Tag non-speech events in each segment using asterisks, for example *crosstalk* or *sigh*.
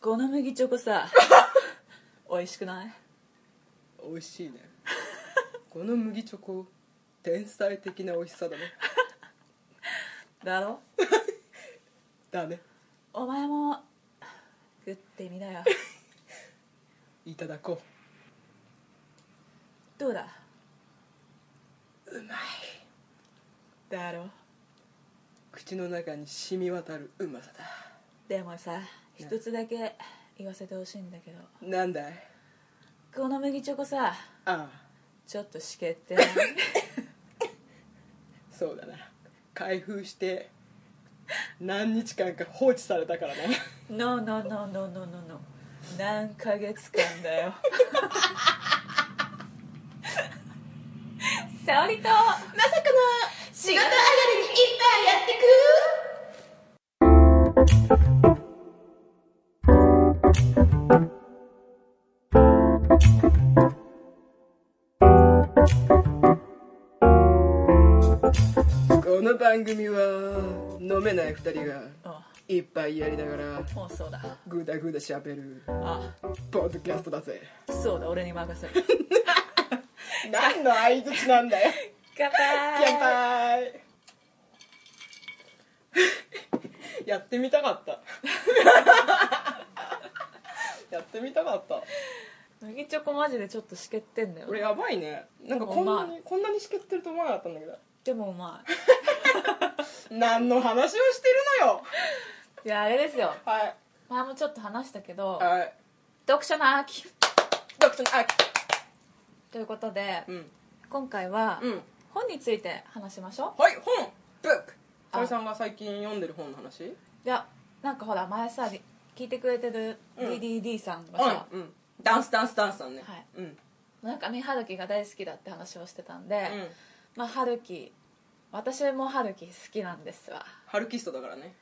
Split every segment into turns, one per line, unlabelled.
この麦チョコさ美味しくない
美味しいねこの麦チョコ天才的な美味しさだね
だろ
だね
お前も食ってみなよ
いただこ
どうだ
ううまい
だろ
口の中に染み渡るうまさだ
でもさ一つだけ言わせてほしいんだけど
なんだい
この麦チョコさ
ああ
ちょっとしけって
そうだな開封して何日間か放置されたからね
ノーノーノーノーノーノー何ヶ月間だよ沙織とまさかの仕事上がりにいっぱいやってく
この番組は飲めない2人が
あ
いっぱいやりながら
もうそうだ
グダグダしゃべる
あ
ポッドキャストだぜ
そうだ俺に任せる
何の相槌なんだよ
乾
乾
杯
杯 *laughs* やってみたかった *laughs* やってみたかった
麦チョコマジでちょっとしけってんだよ
俺やばいねなんかこんな
ほん
にこんなにしけってると思わなかったんだけど
でもまあ
何の話をしてるのよ
いやあれですよ
はい
前もちょっと話したけど
はい
読書の秋
ドクターの秋
ということで
うん
今回は
うん
本について話しましょう
はい本ブック
あ
沙織さんが最近読んでる本の話
いやなんかほら前さり聞いてくれてる
うん
DDD さんがさ、
うんうんダンスダンスダンスだね
はい
うん
村上春樹が大好きだって話をしてたんで、
うん
まあ春樹私も春樹好きなんですわ
ハルキストだからね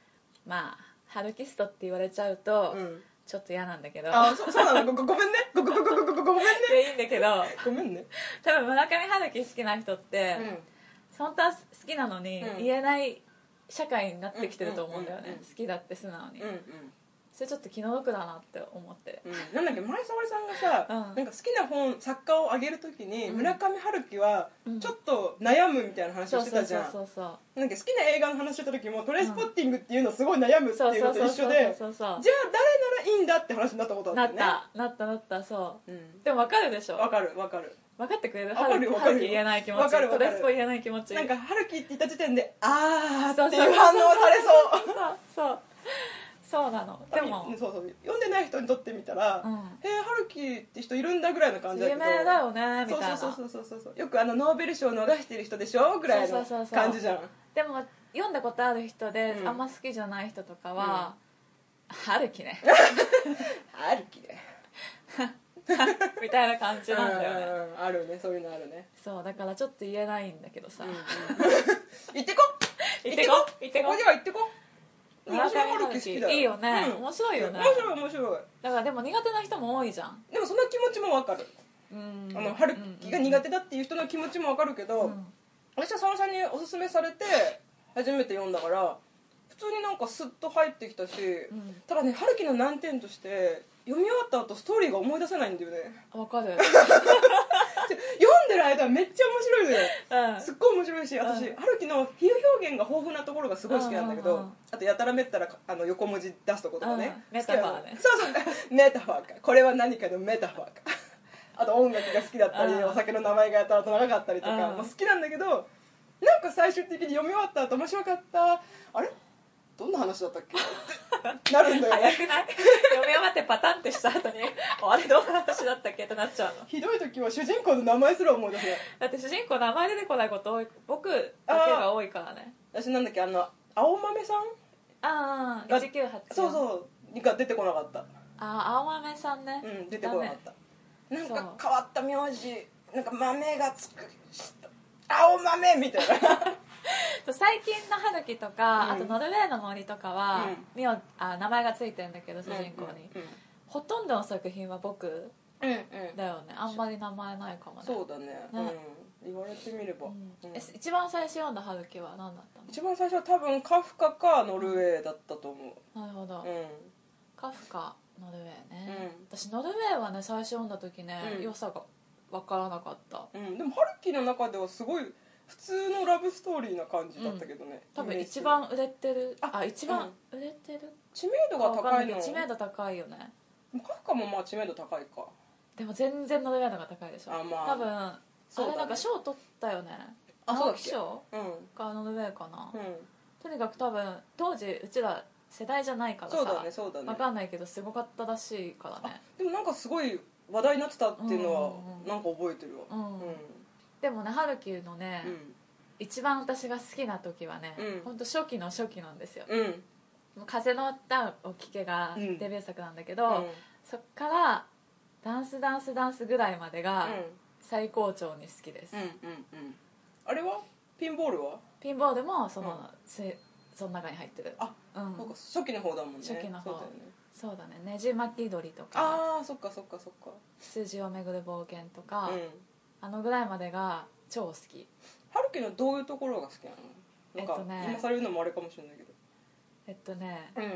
まあ春キストって言われちゃうと、
うん
ちょっと嫌なんだけど
あそうそうなのごごめんねごごごごごごごめんね
いやいいんだけど
ごめんね
多分村上春樹好きな人って、本当は好きなのに、
うん
言えない社会になってきてると思うんだよね、
うんうんうんうん
好きだって素直に、
うんうん
それちょっと気の毒だなって思って
うんなんだっけ前沙織さんがさ、
うん
なんか好きな本作家をあげるときに
うん
村上春樹は
うん
ちょっと悩むみたいな話
そう
をして
そ
た
う
じ
そう
ゃん
そうそう
なんか好きな映画の話してた時もトレインスポッティングっていうのすごい悩むって
そう
いう
そ
の
う
と
そう
一
そ
緒
う
で
そうそう
じゃあ誰ならいいんだって話になったことだ
なっ
ったよね
たなったなったそ
うん
うでも分かるでしょ
わかるわかる
分かってくれる
わかる
春
わかる
春樹言えない気持
わ
ち
かるわ
ト
かる
レスポ言えない気持ち
なんか春樹って言った時点であ
そ
ー
う
って
そう
いう反応されそう
そうそうそうなのでも
ね *laughs* そうそう読んでない人にとってみたら
うん
「えー春樹って人いるんだ」ぐらいの感じだけ
有
ど
名だよねみ
そう
たい
そ
な
うそうそうそうそうよくあのノーベル賞を逃してる人でしょぐらい
そう
の
そうそうそう
感じじゃん
でも読んだことある人で、
うん
あんま好きじゃない人とかは、春樹
*laughs*
ね
春樹ね
みたいな感じなんだよね
うんうんうんあるねそういうのあるね
そうだからちょっと言えないんだけどさ、
うんうん行ってこ
言ってこ言ってこ
ここには行ってこ
村上春樹いいよね
うん
面白いよね
面白い面白い
だからでも苦手な人も多いじゃん
でもその気持ちもわかる
うん
あの春樹が苦手だっていう人の気持ちもわかるけど、
うん
私は佐野さんにおすすめされて初めて読んだから普通になんかスッと入ってきたし、
ん
ただね春樹の難点として読み終わった後ストーリーが思い出せないんだよね
わか
*laughs*
る
読んでる間めっちゃ面白いのよ
うん
すっごい面白いし私、
うん
春樹の比喩表現が豊富なところがすごい好きなんだけど、
うんうんうん
あとやたらめったらかあの横文字出すとことかね、
うんメタファーね
好きなのそうそうメタファーかこれは何かのメタ
*laughs*
ファーかあと音楽が好きだったり、
うん
お酒の名前がやたらと長かったりとか、
うん
もう好きなんだけどなんか最終的に読み終わった後面白かったあれどんな話だったっ
*laughs*
けってなるんだよ
早
ね
くない読み終わってパタンってした後にあれどんな話だったっけってなっちゃうの
ひどい時は主人公の名前すら思い出せない
だって主人公名前出てこないこと多い僕だけが多いからね
私なんだっけあの青豆さん
ああ
が
1984
そうそうが出てこなかった
ああ青豆さんね
うん出てこなかった
メ
なん
そう
か変わった名字なんか豆がつくした青豆みたいな
そう最近の春樹とか、
うん
あとノルウェーの森とかは、みおあ名前がついてるんだけど主人公に、ほとんどの作品は僕
うんうん
だよねあんまり名前ないかもね
そうだねうん言われてみれば
うん
うん
え一番最初読んだ春樹は何だった
一番最初は多分カフカかノルウェーだったと思
のなるほど、
ううん
カフカノルウェーね、
うん
私ノルウェーはね最初読んだ時ね、
うん
良さが分からなかった
うん、でもハルキの中ではすごい普通のラブストーリーな感じだったけどね、
多
イ
分
メージ
一番売れてるあ
あ
一番売れてる
知名度
か
が
分から
高
ない
い
け
の
ど知名度高いよね
カフカもまあ知名度高いか
でも全然ノルウェーの方が高いでしょ
あまあ
多分
そ
あ
うだね
れなんか賞取ったよね
あそうだ
直
っ
木
け
賞
うん、うん、
かノルウェーかな、とにかく多分当時うちら世代じゃないからさ
そうだねそうだね
分かんないけどすごかったらしいからね
でもなんかすごい話題になってたっていうのは
うんうんうん
なんか覚えてるわ
う
うんん
でもねハルキウのね、一番私が好きな時はね、
うん
ほんと初期の初期なんですよ
うんうん
「もう風の歌を聴け」が
う
デ
ん
ビュー作なんだけど、そっから「ダンスダンスダンス」ぐらいまでが最高潮に好きです、
うんうんうんあれはピンボールは
ピンボールもその、せその中に入ってる
あ、
う
なん
ん
か、初期の方だもんね
初期の方
そうだよね
そうだね「ねじ巻き鳥」とか
ああそっかそっかそっか
「羊をめぐる冒険」と
うん
か、あのぐらいまでが超好き
春樹のどういうところが好きなのなん
えっ
か
とね
今されるのもあれかもしれないけど
えっとね
うん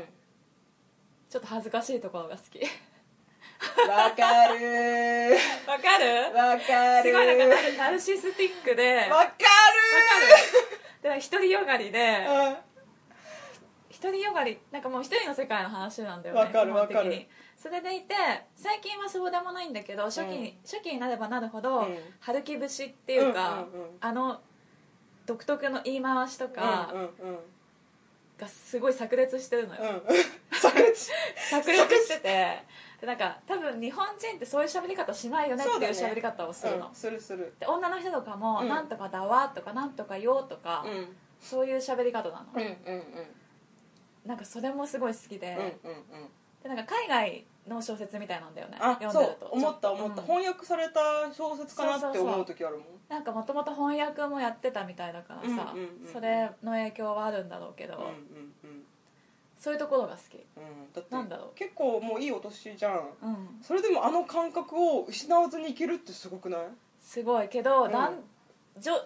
ちょっと恥ずかしいところが好き
わかる
*laughs*
ー
わかる
わかる
す
ー
ごいなんかナルナルシスティックで
わか
でなんか独りよがりで
るー
独りよがりなんかもう一人の世界の話なんだよね
わかる
基本的に
わかる
それでいて最近はそうでもないんだけど初期に,、初期になればなるほ
う
ど、
ん
春木節っていうか、
うんうんうん
あの独特の言い回しと
う
か
んうんうん
がすごい炸裂してるのよ、 *laughs*
うん炸裂
炸裂しててでなんか多分日本人ってそういう喋り方しないよねっていう
そうだね
喋り方をするの、
うんするする
で女の人とかも「
うん
なんとかだわ」とか「なんとかよ」とか、
うんうん
そういう喋り方なの、
うんうんうん
なんかそれもすごい好きで,、
うんうん
でなんか海外の小説みたいなんだよね
あ
読ん
そ
でる
う
と
思った思った、
うん
翻訳された小説かなって思う時あるもん
なんかもともと翻訳もやってたみたいだからさ、
うんうんうんうん
それの影響はあるんだろうけど、
うんうんうん
そういうところが好き
うんだって
なんだろう
結構もういいお年じゃん
うん
それでもあの感覚を失わずにいけるってすごくない
すごいけど、
うん
だんじょ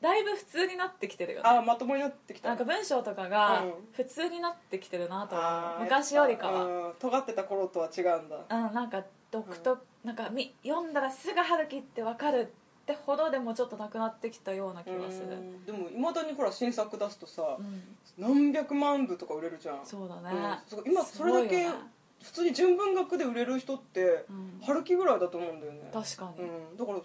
だいぶ普通になってきてるよね
あまともになってきた
なんか文章とかが
うん
普通になってきてるなと思う、
あー
昔よりか
や
は
っぱうん尖ってた頃とは違うんだ
うんなんか独特、なんかみ読んだらすぐ春樹ってわかるってほどでもちょっとなくなってきたような気がする
うんでもいまだにほら新作出すとさ
うん、
何百万部とか売れるじゃん
そうだね、
うんそう今それだ
すごい
け
よね
普通に純文学で売れる人って
うん
春樹ぐらいだと思うんだよね
確かに、
うんだから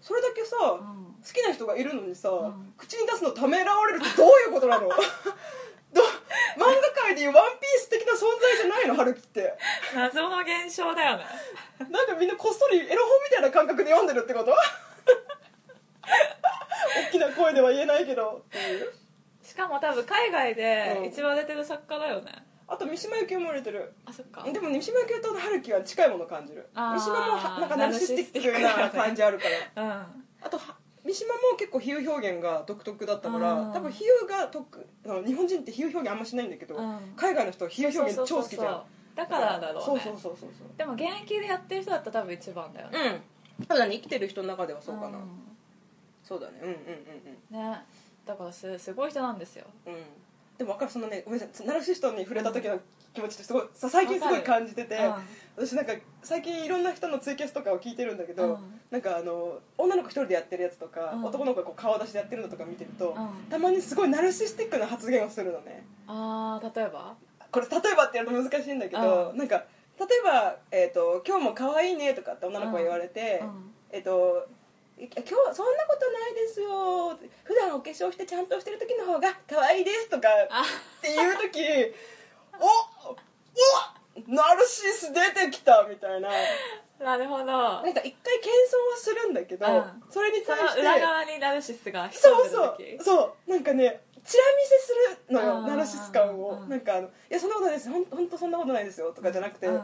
それだけさ
う
好
ん
きな人がいるのにさ
うん
口に出すのためらわれるってどういうことなのど漫画界でいうワンピース的な存在じゃないの春樹って
謎の現象だよね
なんかみんなこっそりエロ本みたいな感覚で読んでるってこと大きな声では言えないけどっていう
しかも多分海外
う
で
ん
一番出てる作家だよね、
あと三島由紀夫も売れてる
あそっか
でも三島由紀夫と春樹は近いものを感じる
あー
三島もはなんかナルシスティック
ナル
な
システィックな
感じあるから
うん
あとは三島も結構比喩表現が独特だったか
う
ら
ん
多分比喩が得あの日本人って比喩表現あんましないんだけど
うん
海外の人は比喩表現超好きじゃ
そ
ん
うそうそうそうだからだろうね
そうそうそうそうそう
でも現役でやってる人だったら多分一番だよね、
うんそうだね生きてる人の中ではそうかな、
ん
そうだねうんうんうんうん
ねだからすすごい人なんですよ
うん、でも分かるそのねごめんなさいナルシストに触れた時の気持ちってすごいさ最近すごい感じてて、
わかる
私なんか最近いろんな人のツイキャスとかを聞いてるんだけど、
うん
なんかあの女の子一人でやってるやつとか、
うん
男の子がこう顔出しでやってるのとか見てる
う
と、
ん
たまにすごいナルシスティックな発言をするのね
ああ例えば
これ例えばってやると難しいんだけど、
う
なんか例えば、えーと「今日も可愛いね」とかって女の子が言われて、
うんうん
えっ、とい今日はそんなことないですよ普段お化粧してちゃんとしてる時の方が可愛いですとか
あ
っていう時おおナルシス出てきたみたいな
なるほど
なんか一回謙遜はするんだけど、
うん
それに
そ
対
の
して
裏側にナルシスが潜ん
そう
でる
そう
時
そうなんかねチラ見せするの
あ
よ
ー
ナルシス感を
うん
なんかあの「いやそんなことないですほんほんとそんなことないですよ」とかじゃなくて「
う
い
ん
や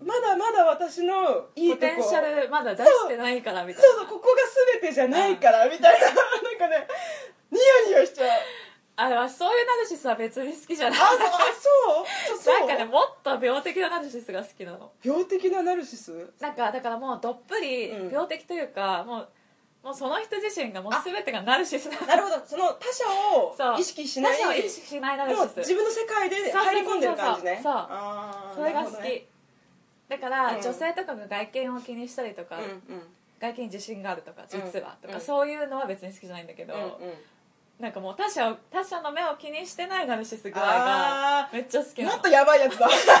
まだまだ私のいい
ポ
とこ
テンシャルまだ出してないからみたい
そう
な
そうここが全てじゃないから」みたいななんかねニヤニヤしちゃう
あれはそういうナルシスは別に好きじゃない
あそうあそうそう
なんかねもっと病的なナルシスが好きなの
病的なナルシス
なんかだからもうどっぷり
うん
病的というか、もうもうその人自身がもう全てがナルシスだ
なるほどその他者
そ
を
う
意識しない
他者を意識しないナルシ
もう
ス
自分の世界で入り込んでる感じね
そうそうそうそう
あー
それが好
な
き、
るほどね
だから、
うん
女性とかが外見を気にしたりとか、
うん
外見に自信があるとか実はとか、
うん
そういうのは別に好きじゃないんだけど、
うんうんうん
なんかもう他者を他者の目を気にしてないナルシス具合
あ
が
ー
めっちゃ好きなの
もっとやばいやつだも
*laughs*
っ
そうもっ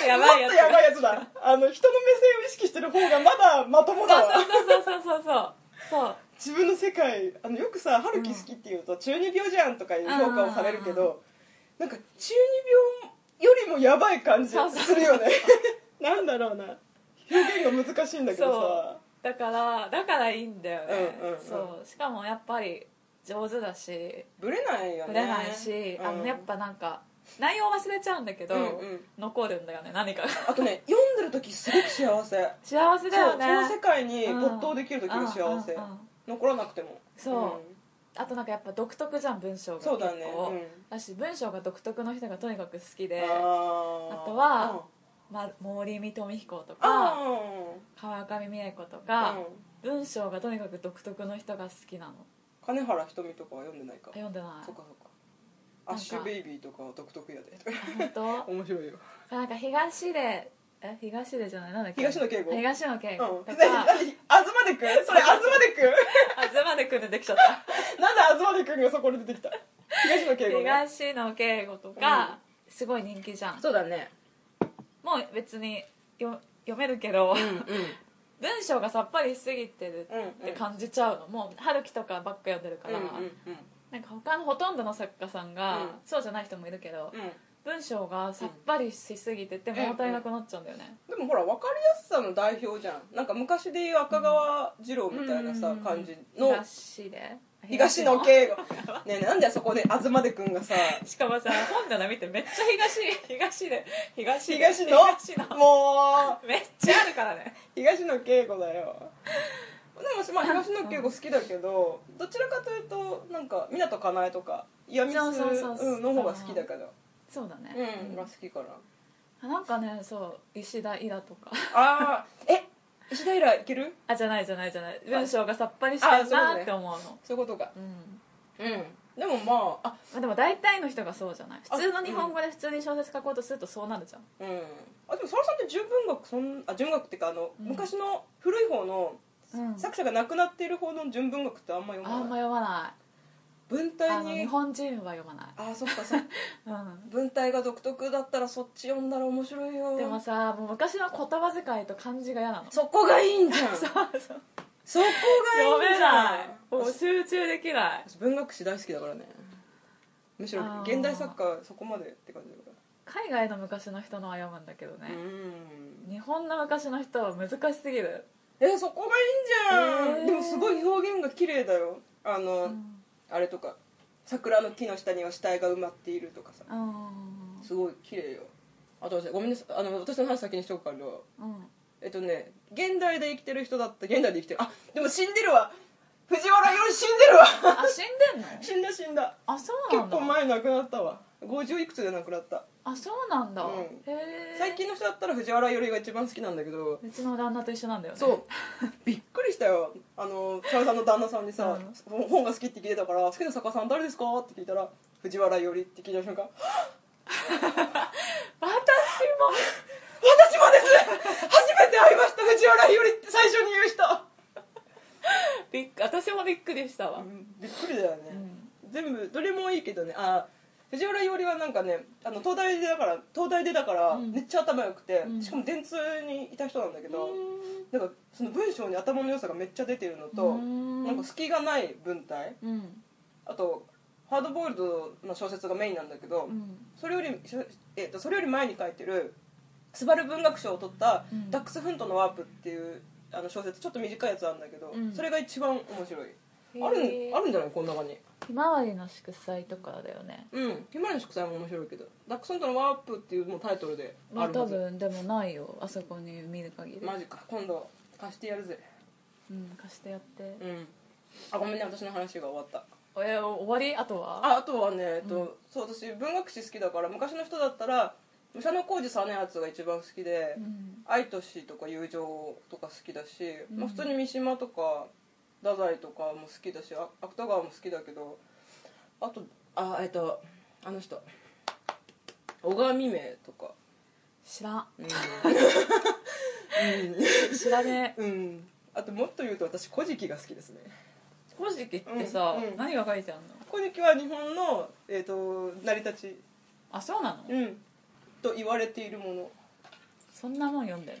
とやばいやつ
とやばいやつだあの人の目線を意識してる方がまだまともだわ
そうそうそうそうそうそう
自分の世界あのよくさ「春樹好き」っていうと中二病じゃんとかいう評価をされるけどなんか中二病よりもやばい感じ
そうそう
するよね *laughs* なんだろうな表現が難しいんだけどさ
だからだからいいんだよね、
うんうんうん
そうしかもやっぱり上手だし
ぶれないよ
ぶれないし、あのやっぱなんか内容忘れちゃうんだけど、
うんうん
残るんだよね何かが
あとね読んでる時すごく幸せ
幸せだよね
そうその世界に
うん
没頭できる時が幸せ
うんうんうん
残らなくても
そうあとなんかやっぱ独特じゃん文章が
んそうだね
結構
うん
だし文章が独特の人がとにかく好きで
あ
あとはまあ、森見富彦とか川上美恵子とか、文章がとにかく独特の人が好きなの
金原ひとみとかは読んでないか
読んでない
そっかそっか
なん
ア
か
ッシュベイビーとかは独特やでとか
本
面白いよ
当なんか東でえ東でじゃないなんだっけ
東野圭吾
東野圭
う
吾
ん *laughs*
と
何
か、
何東出くんそれ東出くん
あずまで組んでできちゃった
*laughs* なんで東出くんがそこで出てきた東野圭吾ね
東野圭吾とか、すごい人気じゃん
そうだね
もう別によ読めるけど、
うんうん
文章がさっぱりしすぎてる
うんうん
って感じちゃうの、もう春樹とかばっか読んでるから、
うんうんうん
なんか他のほとんどの作家さんが、
うん
そうじゃない人もいるけど、
うん
文章がさっぱりしすぎてて物足りなくなっちゃうんだよね、
でもほら分かりやすさの代表じゃんなんか昔でいう赤川次郎みたいなさ、
うん
感じの
東で
東野圭吾ねえなんでそこで東出君がさ
しかもさ本棚見てめっちゃ *laughs* 東東で東で
東野
東野
もう
めっちゃあるからね
東野圭吾だよでも、まあ、東野圭吾好きだけどどちらかというとなんか湊かなえとか岩水
そうそうそう
うんの方が好きだから
そうだね
うんが好きから
うんなんかねそう石田イラとか
あーえ石田イラいける
*laughs* あじゃないじゃないじゃない文章がさっぱりして
あ
ん
そういうこと
な
ね
って思うの
そういうことか
うん
うんでもまああ
まあでも大体の人がそうじゃない
あ
普通の日本語で普通に小説書こうとするとそうなるじゃん
うん、あでも佐野さんって純文学そんあ純文学っていうかあの、
うん
昔の古い方の、
うん
作者が亡くなっている方の純文学ってあんま読
あん
ま
ま
ない
読まな
文
い
体
あの日
に
本人は読まない
あそっかそっか
うん
文体が独特だったらそっち読んだら面白いよ
でもさもう昔の言葉遣いと漢字が嫌なの
そこがいいんじゃん
そ
そ
うそう
こが
読
いい
め
んじゃん
ないもう集中できない
私文学史大好きだからねむしろ
あー
現代作家そこまでって感じだか
海外の昔の人のは読むんだけど
ら、
ね、
うん
日本の昔の人は難しすぎる、
えそこがいいんじゃ
えー
ん、でもすごい表現が綺麗だよあの、
うん
あれとか桜の木の下には死体が埋まっているとかさ
うん
すごい綺麗よあとごめんなさいあの私の話先にしとくから
うん
えっとね現代で生きてる人だった現代で生きてるあでも死んでるわ藤原より死んでるわ
あ死んでんの
死んだ死んだ
あそうな
結
んだ
構前亡くなったわ50いくつで亡くなった
あそうなんだ、
うん
へえ
最近の人だったら藤原よりが一番好きなんだけど
うちの旦那と一緒なんだよね
そうびっくりしたよあの沢井さんの旦那さんにさ、本が好きって聞いてたから好きな作家さん誰ですかって聞いたら藤原よりって聞いた瞬間
私も
私もです初めて会いました藤原よりって最初に言う人
びっく私もびっくりしたわ、
びっくりだよね、全部どれもいいけどねあ藤原よりはなんかねあの東大でだから東大でだから
うん
めっちゃ頭良くて、
ん
しかも電通にいた人なんだけど、
う
なんかその文章に頭の良さがめっちゃ出てるのと、
うん
なんか隙がない文体
んうん
あとハードボイルドの小説がメインなんだけど、
うん
それより、しょえっとそれより前に書いてるスバル文学賞を取った
う
「
ん
ダックスフントのワープ」っていうあの小説ちょっと短いやつなんだけど、
うん
それが一番面白い
へー
あるあるんじゃないこの中に
ひまわりの祝祭とかだよね
うん「ひまわりの祝祭」も面白いけど「ダックスフントのワープ」っていうもうタイトルで
ま
あ
あ
る
多
はず、
分でもないよあそこに見る限り、
マジか今度貸してやるぜ
うん貸してやって、
うんあごめんね私の話が終わった
え終わりあとは
ああとはね、えっとそう私文学史好きだから昔の人だったら武者小路実篤が一番好きで、
うん
愛と死とか友情とか好きだし、
うん
まあ、普通に三島とか太宰とかも好きだしあ芥川も好きだけどあとあえっとあの人小川未明とか
知らん
う
知らねえ
ん、うん、あともっと言うと私「古事記」が好きですね
古事記ってさ、
うんうん
何が書いてあるの
古事記は日本の、えー、と成り立ち、
あそうなの、
うん、と言われているもの
そんなもん読んでんの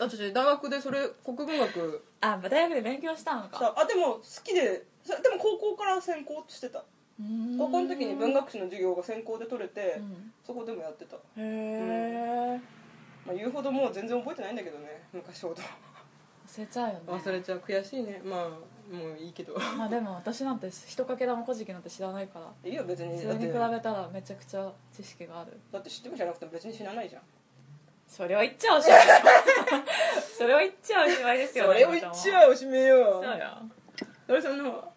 私大学でそれ国語学
あ大学で勉強したのか
さあでも好きでさでも高校から専攻してた
うーん
高校の時に文学史の授業が専攻で取れて、
うん
そこでもやってた、
へえ、
まあ、言うほどもう全然覚えてないんだけどね昔ほど
忘れちゃうよね
忘れちゃう悔しいねまあもういいけど
まあでも私なんて人かけらも古事記なんて知らないから
いいよ別に
そ
だ
れ
っ
に比
て
べたらめちゃくちゃ知識がある
だって知ってるじゃなくても別に死なないじゃん
それを言っちゃおしまい *laughs* それを言っちゃおしまいですよ
それを言っち
う
ゃおしめよ
そううよ
それその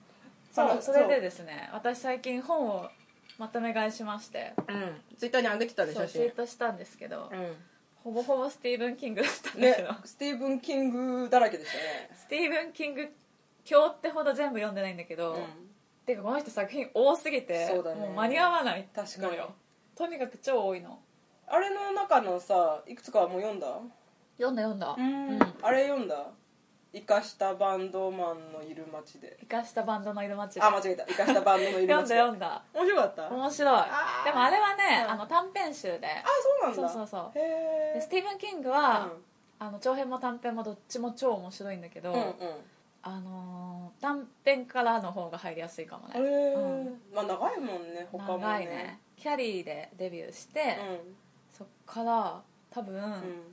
そうそれでですね私最近本をまとめ買いしまして
うんツイッターに上げてたで
そう
写
ツイ
真
ートしたんですけど、
う
ほぼほぼスティーブン・キングだったん
ん
だ
ね
けど、
スティーブン・キングだらけでしたね
スティーブン・キング今日ってほど全部読んでないんだけど、てかこの人作品多すぎて
そうだね
もう間に合わない
確か
の
に
よとにかく超多いの
あれの中のさいくつかはもう読んだ
読んだ読んだうん
あれ読んだ生かしたバンドマンのいる街で
生かしたバンドの色待ちで
あ間違えた生かしたバンドのいる
読ん
街
だ
で
読んだ
面白かったあ
面白い
あー
でもあれはね、
うん
あの短編集で
そうなんだ
そうそうそう
へ
で
え
スティーブン・キングは、
うん
あの長編も短編もどっちも超面白いんだけど、
うんうん
あのー短編からの方が入りやすいかもね
あれ
うん
まあ長いもんね他もね
長いねキャリーでデビューして、そっから多分、
うん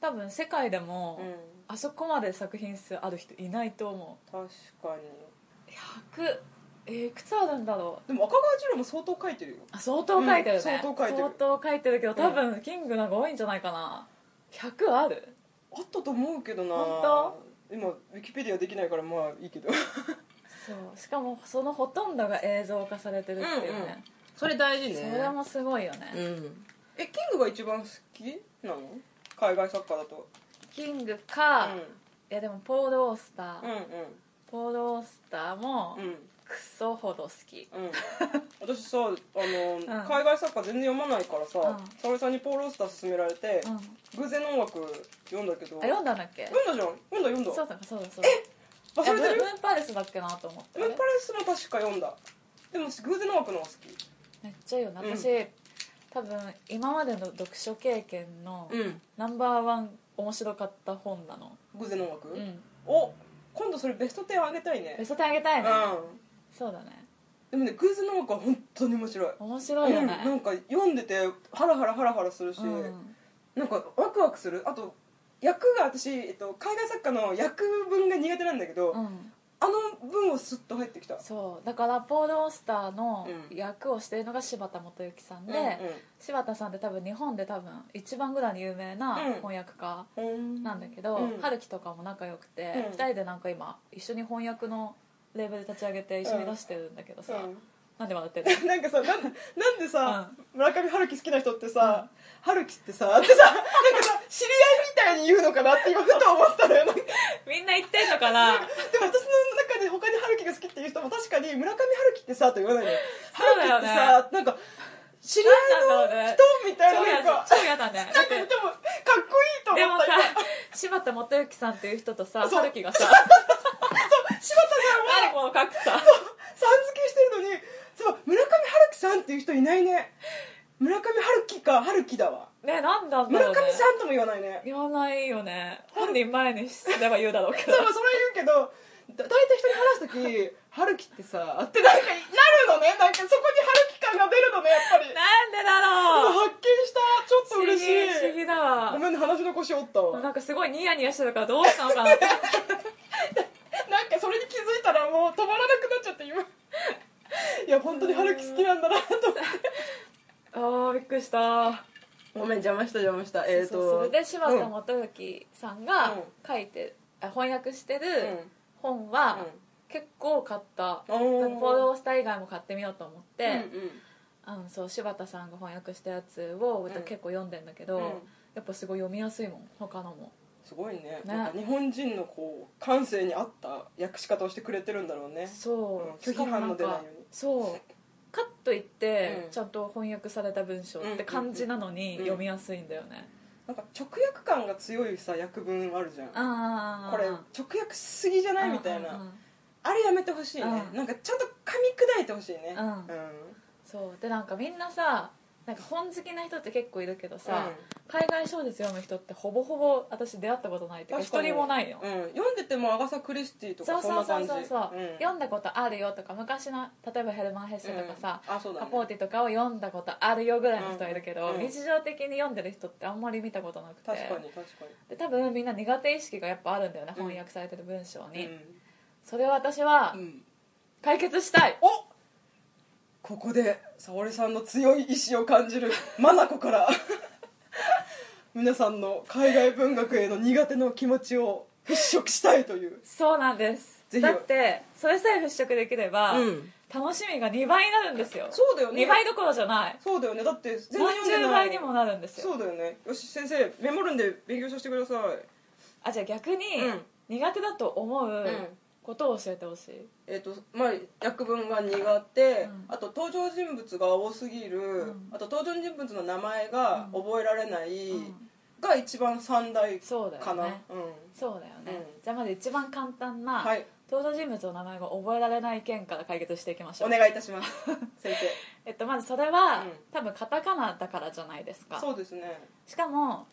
多分世界でも、
うんうん
あそこまで作品数ある人いないと思
確かに
う100えーいくつあるんだろう
でも赤川次郎も相当書いてるよ
あ相当書いてるね、
うん相当書いてる
相当書いてるけど多分キングなんか多いんじゃないかな100ある
あったと思うけどな
本
今ウィキペディアできないからまあいいけど
そうしかもそのほとんどが映像化されてるっていうね、
それ大事
それもすごいよね、
うんえキングが一番好きなの海外作家だと
キング
う
か、
ん
いやでもポール・オースター、
うん
ポール・オースターも
うんうん
クソほど好き、
うん *laughs* 私さあの、
ん
海外作家全然読まないからさ
うん
沙織、さんにポール・オースター勧められて
うん、あ、
偶然の音楽読んだけど
読んだんだっけ
読んだじゃん読んだ
そう
読んだ
だそうだそうだ
忘
えム
れてる
ーンパレスだっけなと思って
ムンパレスも確か読んだでも私偶然の音楽の方が
めっちゃいいよな
うん
私、多分今までの読書経験の
好きうん
ナンバーワン面白かった本なの
偶然の音楽、
うん
お今度それベスト10あげたいね
ベスト10あげたいね、
うん
そうだね
でもね偶然の音楽は本当に面白い
面白いよ
うん、
ね、
なんか読んでてハラハラハラハラするし、
うん
なんかワクワクするあと役が私、えっと、海外作家の役分が苦手なんだけど、
うん
あの文をスッと入ってきた
そうだからポール・オースターの
うん
役をしているのが柴田元幸さんで、柴田さんって多分日本で多分一番ぐらいに有名な
うん
翻訳家
うんうん、
なんだけど、
うん
春樹とかも仲良くて、
う
2
ん
人でなんか今一緒に翻訳のレーベル立ち上げて一緒に出してるんだけどさ、
う
なんで笑ってる
ん *laughs* なんかさなんなんでさ、村上春樹好きな人って
う
さ、春樹ってさってさなんかさ知り合いみたいに言うのかなって今ふと思ったのよなんか
*laughs* みんな言ってんのか
*laughs*
な
でも私の中で他に春樹が好きっていう人も確かに村上春樹ってさと言わないのよ
そうだ
春樹
よ
っ
ね
てさなんか知り合いの人みたい
超
なな
嫌
んか
だ超嫌だね
なんかでもかっこいいと思
*laughs* でも
っ
さ
た今
柴田元幸さんっていう人とさ
そう
春樹がさ
柴田
何この格差
さんはさん付けしてるのにそう村上春樹さんっていう人いないね村上春樹か春樹だわ
ねなんなんだ
村
ろう
上
ね
さんとも言わないね
言わないよね本人前にすれば言うだろうけ
そ
ど
うそれは言うけどだ大体人に話す時春樹ってさってなんかなるのねなんかそこに春樹感が出るのねやっぱり
なんでだろう
発見したちょっと嬉しい
不思議不思議だ
ご
わ
めんね話の腰折ったわ
なんかすごいニヤニヤしてたからどうしたのかなって *laughs*
なんかそれに気づいたらもう止まらなくなっちゃって今いや本当に春樹好きなんだなと思って
あーびっくりした
ごめん邪魔した邪魔した
そうそうそれで柴田元幸さんが
うん
書いて、あ翻訳して
うん
る本は結構買った、
うん
なんかポール・オースター以外も買ってみようと思って、
うんうん
うん、そう柴田さんが翻訳したやつを
うん
結構読んでんだけど、
うん
やっぱすごい読みやすいもん他のも
すごいね
ね
なんか日本人のこう感性に合った訳し方をしてくれてるんだろうね
そう、
うん拒否反応出ないように
しかもんかそうカッといって、
うん
ちゃんと翻訳された文章って感じなのに
うん
読みやすいんだよね、
なんか直訳感が強いさ訳文あるじゃん
ああ
これ直訳しすぎじゃないみたいなあれやめてほしいね
うん
なんかちゃんと噛み砕いてほしいね
うんそうでなんかみんなさなんか本好きな人って結構いるけどさ、海外小説読む人ってほぼほぼ私出会ったことないっていうか一人もないよ、
うん読んでてもアガサ・クリスティと
そ
か
う
そん
そ
な
うそ
感
う
じ
そうそう、
うん
読んだことあるよとか昔の例えばヘルマン・ヘッセとかさ、
うんあそうだね
カポーティとかを読んだことあるよぐらいの人はいるけど、
うん
日常的に読んでる人ってあんまり見たことなくて
確かに確か
で多分みんな苦手意識がやっぱあるんだよね、
うん
翻訳されてる文章
に
に、
うん
それを私は
うん
解決したい、
おここで沙織さんの強い意志を感じる *laughs* マナコから皆さんの海外文学への苦手の気持ちを払拭したいという
そうなんです
ぜひ
だってそれさえ払拭できれば、
うん
楽しみが2倍になるんですよ
そうだよね
2倍どころじゃない
そうだよねだって全
もう
然読んで
10
な
倍
い
にもなるんですよ
そうだよねよし先生メモるんで勉強させてください
あじゃあ逆に、
うん
苦手だと思ううんことを教えてほしい、
えっとまあ、訳文が苦手、
うん
あと登場人物が多すぎる、
ん
あと登場人物の名前が覚えられない、
うん
が一番三大
そうだよね
かなうん
そうだよね、
うん
じゃあまず一番簡単な、
はい
登場人物の名前が覚えられない件から解決していきましょ
お
う、
願いいたします
*laughs*
先
えっと、まずそれは、
うん
多分カタカナだからじゃないです
生
か
そうですね
しかも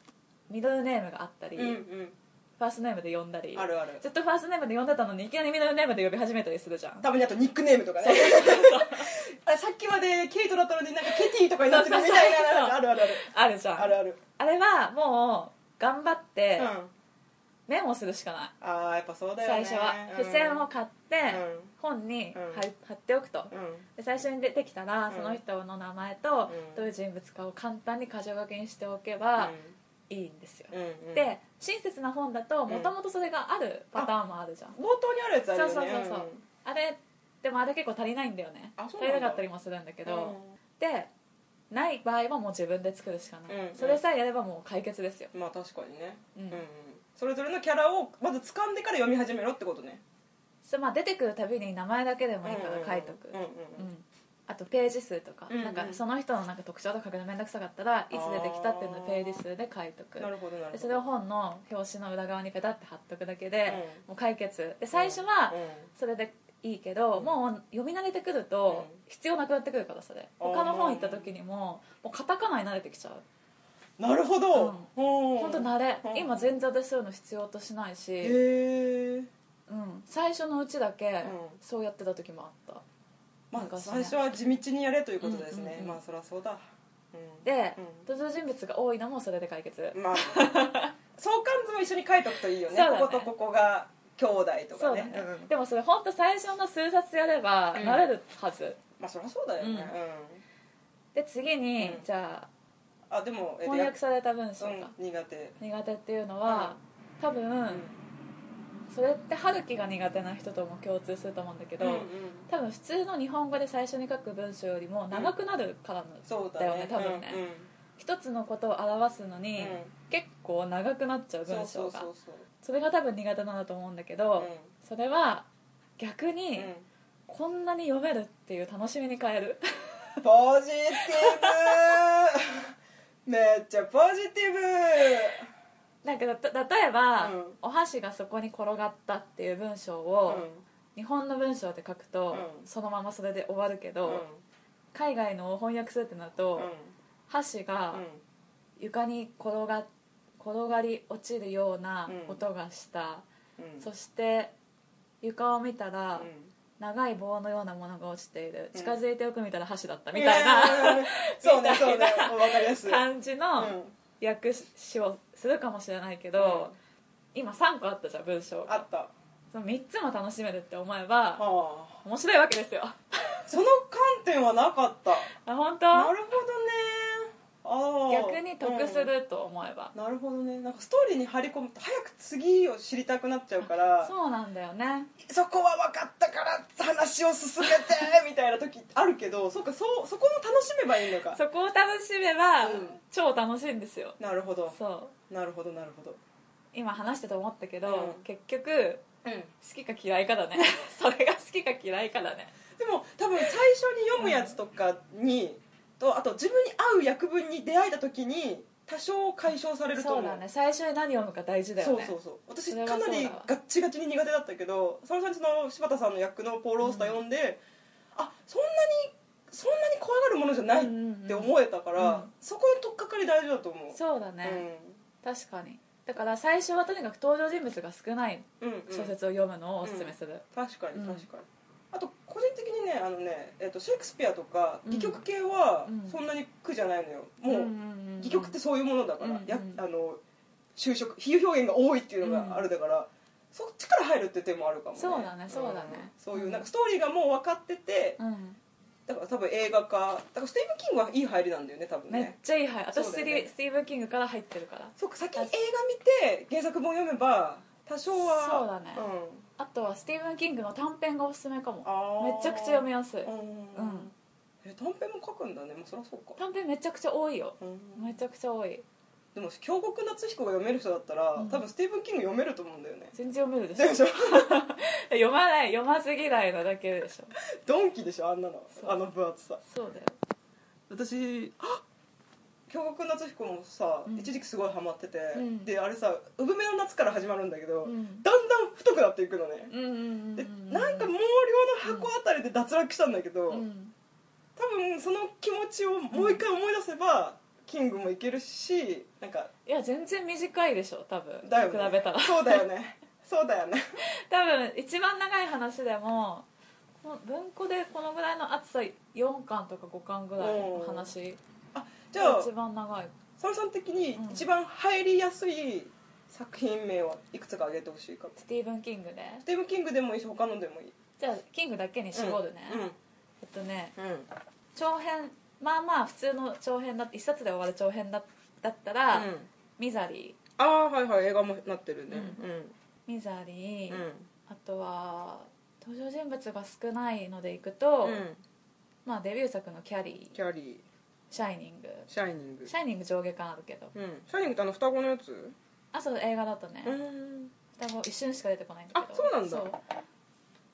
ミドルネームがあったり、
うん
ファーストネームで呼んだり
うんあるある
ずっとファーストネームで呼んでたのにいきなりミドルネームで呼び始めたりするじゃん
たまにあとニックネームとかね *laughs* あれさっきまでケイトだったのになんかケティとかになってるみたい
そうそうそうそう
なあるあるある
あるじゃん
あるある
あれはもう頑張っ
う
て
ん
メモするしかない、
ああやっぱそうだよ
最
ね
初は
うん
付箋を買って
うん
本に
うん
貼り貼っておくと
うん
で最初に出てきたら
うん
その人の名前と
うん
どういう人物かを簡単に箇条書きにしておけばいいんですよ
うんうん
で親切な本だと
ん
もともとそれがあるパターンもあるじゃん
冒頭にあるやつある
そ
よ
う
ね
そうそうそうあれでもあれ結構足りないんだよね
あそ
足
う
り
なんだ
なかったりもするんだけ
け
どでない場合はもう自分で作るしかない
うん
それさえやればもう解決ですよ
まあ確かにね
うん
うんうんそれぞれのキャラをまず掴んでから読み始めろってことね
そうまあ出てくるたびに名前だけでもいいから書いとく
うんうん
う
うん
んあとページ数とか,、
うんうん
なんかその人のなんか特徴とか書くの面倒くさかったらいつ出てきたっていうのをページ数で書いとく
なるほどなるほど
でそれを本の表紙の裏側にペタって貼っとくだけで、
うん
もう解決で最初は
う
それでいいけど、もう読み慣れてくると
うん
必要なくなってくるからそれ
あー
他の本行った時にももうカタカナに慣れてきちゃうん
なるほどほ
本当慣れ
うん
今全然私そういうの必要としないし、
へえ
うん、最初のうちだけ
ん
そうやってた時もあった
ま
なん
あ
かそ
最
れ
初は地道にやれということです
うん
ね
うんうん
まあそりゃそうだうん
で、
うん
登場人物が多いのもそれで解決、 *laughs*
まあ相関図も一緒に書いとくといいよね
そうだね
こことここが兄弟と
そ
か
うだ
ね
ね、
うん
でもそれ本当最初の数冊やれば
うん
慣れるはず、
まあそりゃそうだよね
う
うん
で次に、
うん
じゃ
あでも
あ翻訳
さ
された文章が
苦手
苦手っていうのは、多分、それって春樹が苦手な人とも共通すると思うんだけど、
うんうん
多分普通の日本語で最初に書く文章よりも長くなるからなん
そうだ
だよね
ね
多分ね、
うんうん
一つのことを表すのに、
うん
結構長くなっちゃう文章
そ
が
う
そ
そうそうそう
れが多分苦手なんだと思うんだけど、
うん
それは逆に、
うん
こんなに読めるっていう楽しみに変え
*laughs*
る
ポジティブめっちゃポジティブ
なんかだた例えば、
うん
お箸がそこに転がった」っていう文章を、日本の文章で書くと、
うん
そのままそれで終わるけ
う
ど、
ん
海外のを翻訳するってなると、箸が床に転が転がり落ちるような
うん
音がした、
うんうん
そして床を見たら、
うん
長い棒のようなものが落ちている、
うん
近づいてよく見たら箸だったみたいな、
えーそうねそうねわかりやす
*laughs*
い
感じ
う
の
ん
訳しをするかもしれないけど、今3個あったじゃん文章が
あったは
その3つも楽しめるって思えば
あ
面白いわけですよ
その観点はなかった
あ本
な
当
るほどねああ
逆に得すると思えば、
なるほどねなんかストーリーに張り込むと早く次を知りたくなっちゃうから
そうなんだよね
そこは分かったから話を進めてみたいな時あるけどそっかそうそこも楽しめばいいのか
そこを楽しめば、
うん
超楽しいんですよ
なるほど
そ
なるほどなるほど
う今話してて思ったけど、
うん
結局好きか嫌いか
*laughs*
だねそれが好きか嫌いかだね
でも多分最初に読むやつとかに、とあと自分に合う訳文に出会えた時に多少解消されると
そ
思
う
う
だね最初に何読むか大事だよね
そうそうそう私
それは
かな
そう
り
だわ
ガッチガチに苦手だったけどそのさんちの柴田さんの役のポーロースター読んで、あそんなにそんなに怖がるものじゃないって思えたから、
うんうん
そこの取っかかり大事だと思う
そうだね、確かにだから最初はとにかく登場人物が少ない
うん、うんうん
小説を読むのをおすすめする、
確かに
うん
確かに、あと個人的にねあのね、えっとシェイクスピアとか
うん
戯曲系は
うん
そんなに苦じゃないのよ、
ん
も
ん
う
うん
戯曲ってそういうものだから、
うん
や
うん
あの就職比喩表現が多いっていうのがあるだから、そっちから入るって手もあるかもね
そうだねそうだね
んそういううんなんかストーリーがもう分かってて
うん
だから多分映画化だからスティーブン・キングはいい入りなんだよね多分
めっ
ね
ちゃいいはい私
そう
ス
だ
テ
よ
ィ
ね
スティーブン・キングから入ってるから
そうか先に映画見て原作本読めば多少は
そうだね
ん
あとはスティーブン・キングの短編がおすすめかも
あ
め
ー
ちゃくちゃ読みやすい
うん、
うん
え短編も書くんだねまあそりゃそうか、
短編めちゃくちゃ多いよ
うん
めちゃくちゃ多い
でも京極夏彦が読める人だったら、
うん
多分スティーブン・キング読めると思うんだよね
全然読めるで
*laughs*
しょ
でしょ
読まない読まず嫌いなだけでしょ
ドンキでしょあんなの
そう
あの分厚さ
そうだよ
私京極夏彦もさ、
うん
一時期すごいハマってて、
うん
であれさ「産めの夏」から始まるんだけど、
うん
だんだん太くなっていくのね、
うんうんうんう
で
ん
なんか毛量の箱あたりで脱落したんだけど、
うん
多分その気持ちをもう一回思い出せば、キングもいけるしなんか
いや全然短いでしょ多分
だよね
比べたら *laughs*
そうだよねそうだよね
多分一番長い話でももう文庫でこのぐらいの厚さ4巻とか5巻ぐらいの話
あじゃ
が
あ
一番長い
佐野さん的に
うん
一番入りやすい作品名はいくつか挙げてほしいかも
スティーブン・キングで
スティーブン・キングでもいいし他のでもいい
じゃあキングだけに絞るね、えっとね
うんうんうん
長編まあまあ普通の長編だ一冊で終わる長編だだったら、ミザリ
ああはいはい映画もなってるね
ーミザリー、
うん
あとは登場人物が少ないのでいくと、
うん
まあデビュー作の「キャリー」
キャリー
「シャイニング」
「シャイニ
「
ング
シ」ャイニング」上下感あるけど
うん「シャイニング」ってあの双子のやつ
あそう映画だとね、
うん
双子一瞬しか出てこないんだけど
あそうなんだ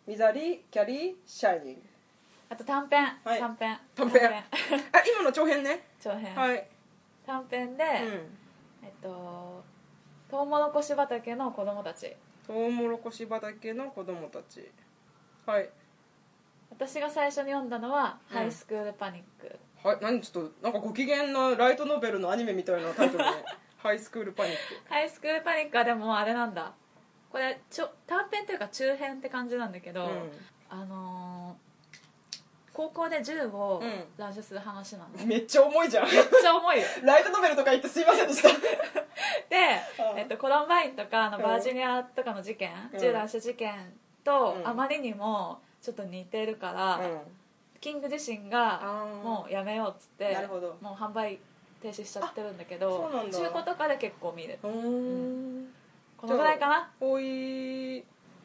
ミザリーキャリーシャイニング
あと短編、
はい
短編 *laughs*
短編あ今の長編ね
長編、
はい
短編で、
うん
えっとトウモロコシ畑の子供たち
トウモロコシ畑の子供たちはい
私が最初に読んだのは「
うん
ハイスクールパニック
はい何ちょっとなんかご機嫌なライトノベルのアニメみたいなタイ *laughs* トルねハイスクールパニッ」
ハイスクールパニックはでもあれなんだこれちょ短編というか中編って感じなんだけ
ク
ど、あのー高校で銃を乱射する話なの、
うんめっちゃ重い *laughs* じゃん
めっちゃ重いよ
ライトノベルとか言ってすいませんでした
で、
うん
えっと、コロンバインとかあのバージニアとかの事件、
うん
銃乱射事件と
うん
あまりにもちょっと似てるから、キング自身が
あー
もうやめようっつって
なるほど
もう販売停止しちゃってるんだけ
あ
ど
そうなんだ
中古とかで結構見る
うーん
このぐらいかな
おい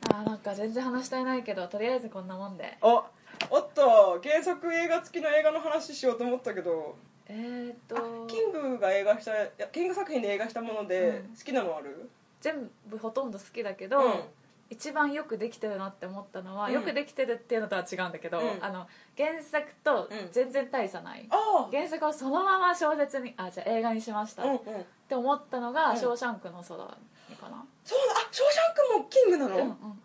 あーなんか全然話したいないけどとりあえずこんなもんで
おおっと原作映画付きの映画の話しようと思ったけど
えー、っ
あ
と
キングが映画したいやキング作品で映画したもので
うん
好きなのある
全部ほとんど好きだけど、
うん
一番よくできてるなって思ったのは、
うん
よくできてるっていうのとは違うんだけど、
うん
あの原作と
うん
全然大差ない、
あ
原作をそのまま小説にあじゃあ映画にしました、
あうんう
っ
んそうだ
て思ったのが「
うん
ショーシャンクの空に」かな、
あショーシャンクもキングな
うんうんう
の
ん、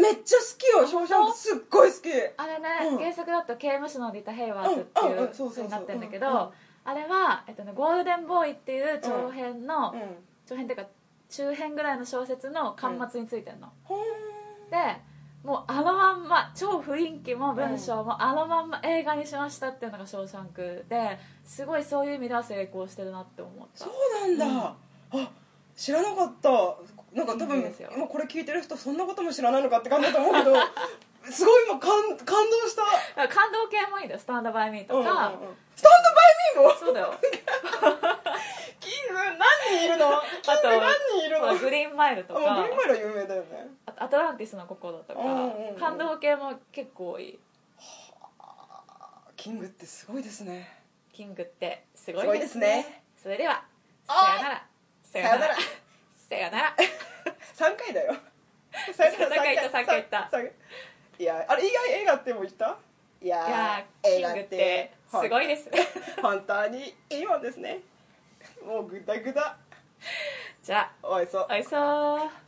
めっちゃ好きよショーシャンクすっごい好き
あれね、
うん
原作だと刑務所のリタ・ヘイワーズってい
うんうんうんそうう
風
そうそう
になってるんだけ
うんうん
どあれは、えっとね「ゴールデンボーイ」っていう長編の、
うん
長編っていうか中編ぐらいの小説の巻末についてるの、
ほーん
でもうあのまんま超雰囲気も文章もあのまんま映画にしましたっていうのが「ショーシャンク」ですごいそういう意味では成功してるなって思った
そうなんだ、あ知らなかったなんか多
いい
分
ですよ
今これ聞いてる人そんなことも知らないのかって感じだと思う
*laughs*
けどすごい今感感動した
だから感動系もいいんだよ「スタンド・バイ・ミー」とか、
うんうんうんスタンドバイミーも
そうだよ
キング何人いるのキン
と
グ何人いるの
ほらグリーンマイルと
あもう
か
グリーンマイルは有名だよね
あとアトランティスの心とか
うんうんうん
感動系も結構多い
キングってすごいですね
キングってすごいですねそれでは
おい
さよならさ
さよなら
さよならた
さいやあれ以外映画っても言ったい
いや
や
ーキ
ー映
ン
画
グってすごいですね
本当にいいもんですねもうグダグダ
*laughs* じゃ
おいそう
あおいそう